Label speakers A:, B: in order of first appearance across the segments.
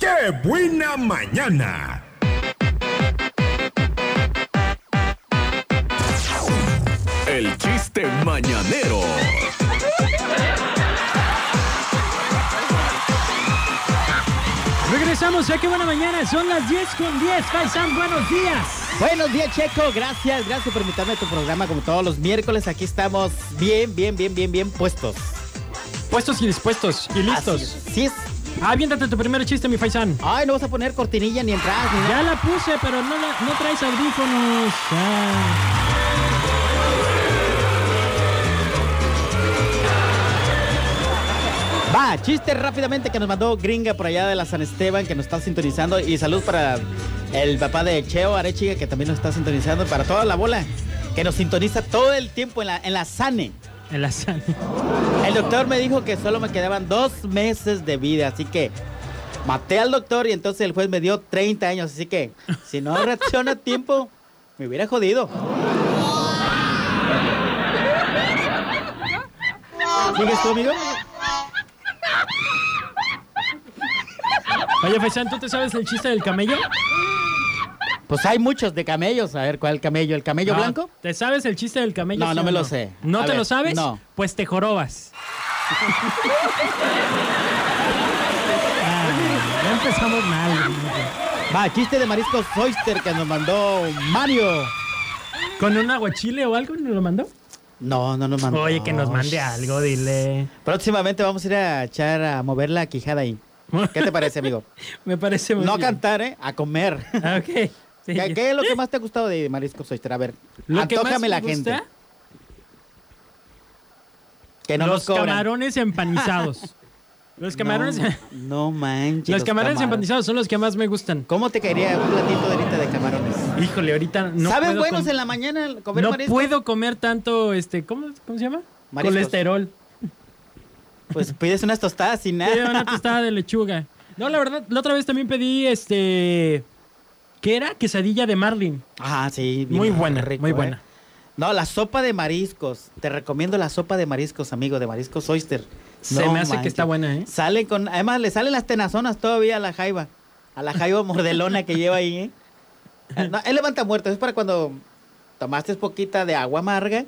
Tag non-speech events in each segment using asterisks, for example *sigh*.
A: ¡Qué buena mañana!
B: El chiste mañanero.
C: Regresamos ya que buena mañana, son las 10 con 10, Paisan, buenos días.
D: Buenos días, Checo. Gracias, gracias por invitarme a tu programa como todos los miércoles. Aquí estamos bien, bien, bien, bien, bien puestos.
C: Puestos y dispuestos y
D: Así
C: listos. Ah,
D: es. Sí es.
C: Aviéntate tu primer chiste, mi Faisan.
D: Ay, no vas a poner cortinilla ni entradas ni
C: Ya
D: nada.
C: la puse, pero no, la- no traes audífonos. Ah.
D: Va, chiste rápidamente que nos mandó Gringa por allá de la San Esteban que nos está sintonizando. Y salud para el papá de Cheo Arechiga que también nos está sintonizando. Para toda la bola que nos sintoniza todo el tiempo en la, en la SANE.
C: En la sala.
D: El doctor me dijo que solo me quedaban dos meses de vida, así que maté al doctor y entonces el juez me dio 30 años, así que si no reacciona a tiempo, me hubiera jodido. ¿Sigues tú, amigo?
C: Oye, Faisan, ¿tú te sabes el chiste del camello?
D: Pues hay muchos de camellos. A ver, ¿cuál camello? ¿El camello
C: No,
D: blanco?
C: ¿Te sabes el chiste del camello?
D: No,
C: sí
D: no
C: o
D: me lo sé.
C: ¿No
D: A
C: te
D: ver,
C: lo sabes?
D: no.
C: Pues te jorobas. Ah, ya empezamos mal. güey.
D: Va, chiste de mariscos oyster que nos mandó Mario.
C: ¿Con un aguachile o algo nos lo mandó?
D: No, no nos mandó.
C: Oye, que nos mande algo, dile.
D: Próximamente vamos a ir a echar a mover la quijada ahí. ¿Qué te parece, amigo?
C: Me parece muy
D: No a
C: bien.
D: cantar, ¿eh? A comer.
C: Ah, Ok. Sí,
D: ¿Qué,
C: ya.
D: qué es lo que más te ha gustado de Mariscos Oyster? A ver,
C: Lo que más
D: antójame
C: me
D: la
C: gusta,
D: gente. Que no
C: los
D: nos cobran.
C: camarones
D: *laughs*
C: empanizados. *laughs* Los camarones,
D: No, no manches.
C: los camarones empanizados son los que más me gustan.
D: ¿Cómo te caería un platito de ahorita de camarones?
C: Híjole, ahorita no
D: ¿Saben
C: puedo
D: buenos
C: com-
D: en la mañana al comer
C: No
D: mariscos?
C: puedo comer tanto, este, ¿cómo, cómo se llama?
D: Mariscos. *laughs*
C: Colesterol.
D: Pues pides unas tostadas y
C: Pido
D: nada.
C: una tostada de lechuga. No, la verdad, la otra vez también pedí, este, ¿qué era? Quesadilla de marlin.
D: Ah, sí. bien
C: Muy buena,
D: rico,
C: muy
D: ¿eh?
C: buena.
D: No, la sopa de mariscos. Te recomiendo la sopa de mariscos, amigo, de mariscos oyster.
C: Se
D: No
C: me hace que
D: manches.
C: está buena, ¿eh?
D: Sale con, además le salen las tenazonas todavía a la jaiba, a la jaiba mordelona que lleva ahí. ¿eh? Ah, No, él levanta muertos, es para cuando tomaste poquita de agua amarga,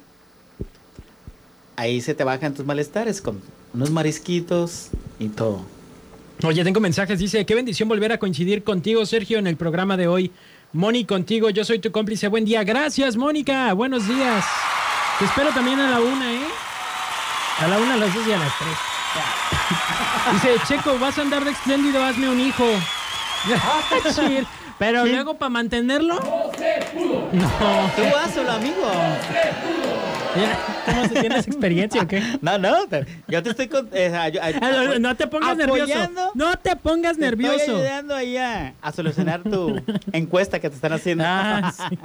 D: ahí se te bajan tus malestares con unos marisquitos y todo.
C: Oye, tengo mensajes. Dice, qué bendición volver a coincidir contigo, Sergio, en el programa de hoy. Moni, contigo, yo soy tu cómplice. Buen día. Gracias, Mónica. Buenos días. Te espero también a la una, ¿eh? A la una, a las dos y a las tres. Dice, Checo, vas a andar de extendido, hazme un hijo. *laughs* Chir. Pero luego, para mantenerlo... No.
D: Tú hazlo, amigo.
C: Mira, ¿Cómo se tienes experiencia o qué?
D: No, no, te- yo te estoy con- eh, ay- ay-
C: Ah, no, No te pongas nervioso.
D: apoyando.
C: No te pongas
D: Te estoy
C: nervioso.
D: ayudando ahí a, a
C: *laughs*
D: solucionar tu encuesta que te están haciendo. *laughs*
C: Ah, sí.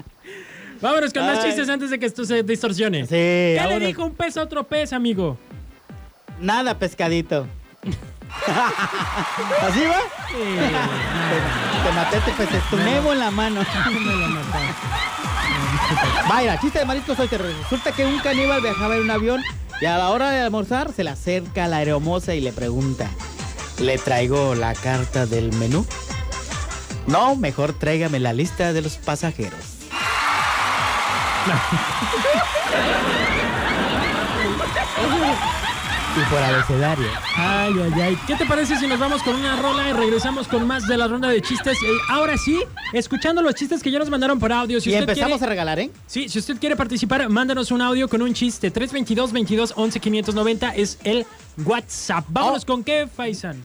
C: Vámonos con más
D: Ay.
C: chistes antes de que esto se distorsione.
D: Sí,
C: ¿Qué
D: vámonos.
C: le dijo un pez a otro pez, amigo?
D: Nada, pescadito. ¿Así va? Te, te maté, te pesé, tu memo en la
C: *laughs*
D: mano. Vaya, chiste de mariscos hoy Resulta que un caníbal viajaba en un avión y a la hora de almorzar se le acerca a la aeromoza y le pregunta, ¿le traigo la carta del menú? No, mejor tráigame la lista de
C: *laughs*
D: los pasajeros. y por abecedario.
C: Ay, ay, ay. ¿Qué te parece si nos vamos con una rola y regresamos con más de la ronda de chistes? Eh, ahora sí, escuchando los chistes que ya nos mandaron por audio. Si
D: y
C: usted
D: empezamos
C: quiere-
D: a regalar, ¿eh?
C: Sí, si usted quiere participar, mándanos un audio con un
D: Oh.
C: chiste. 322 22 11 590 es el WhatsApp. Vámonos con qué, Faisan.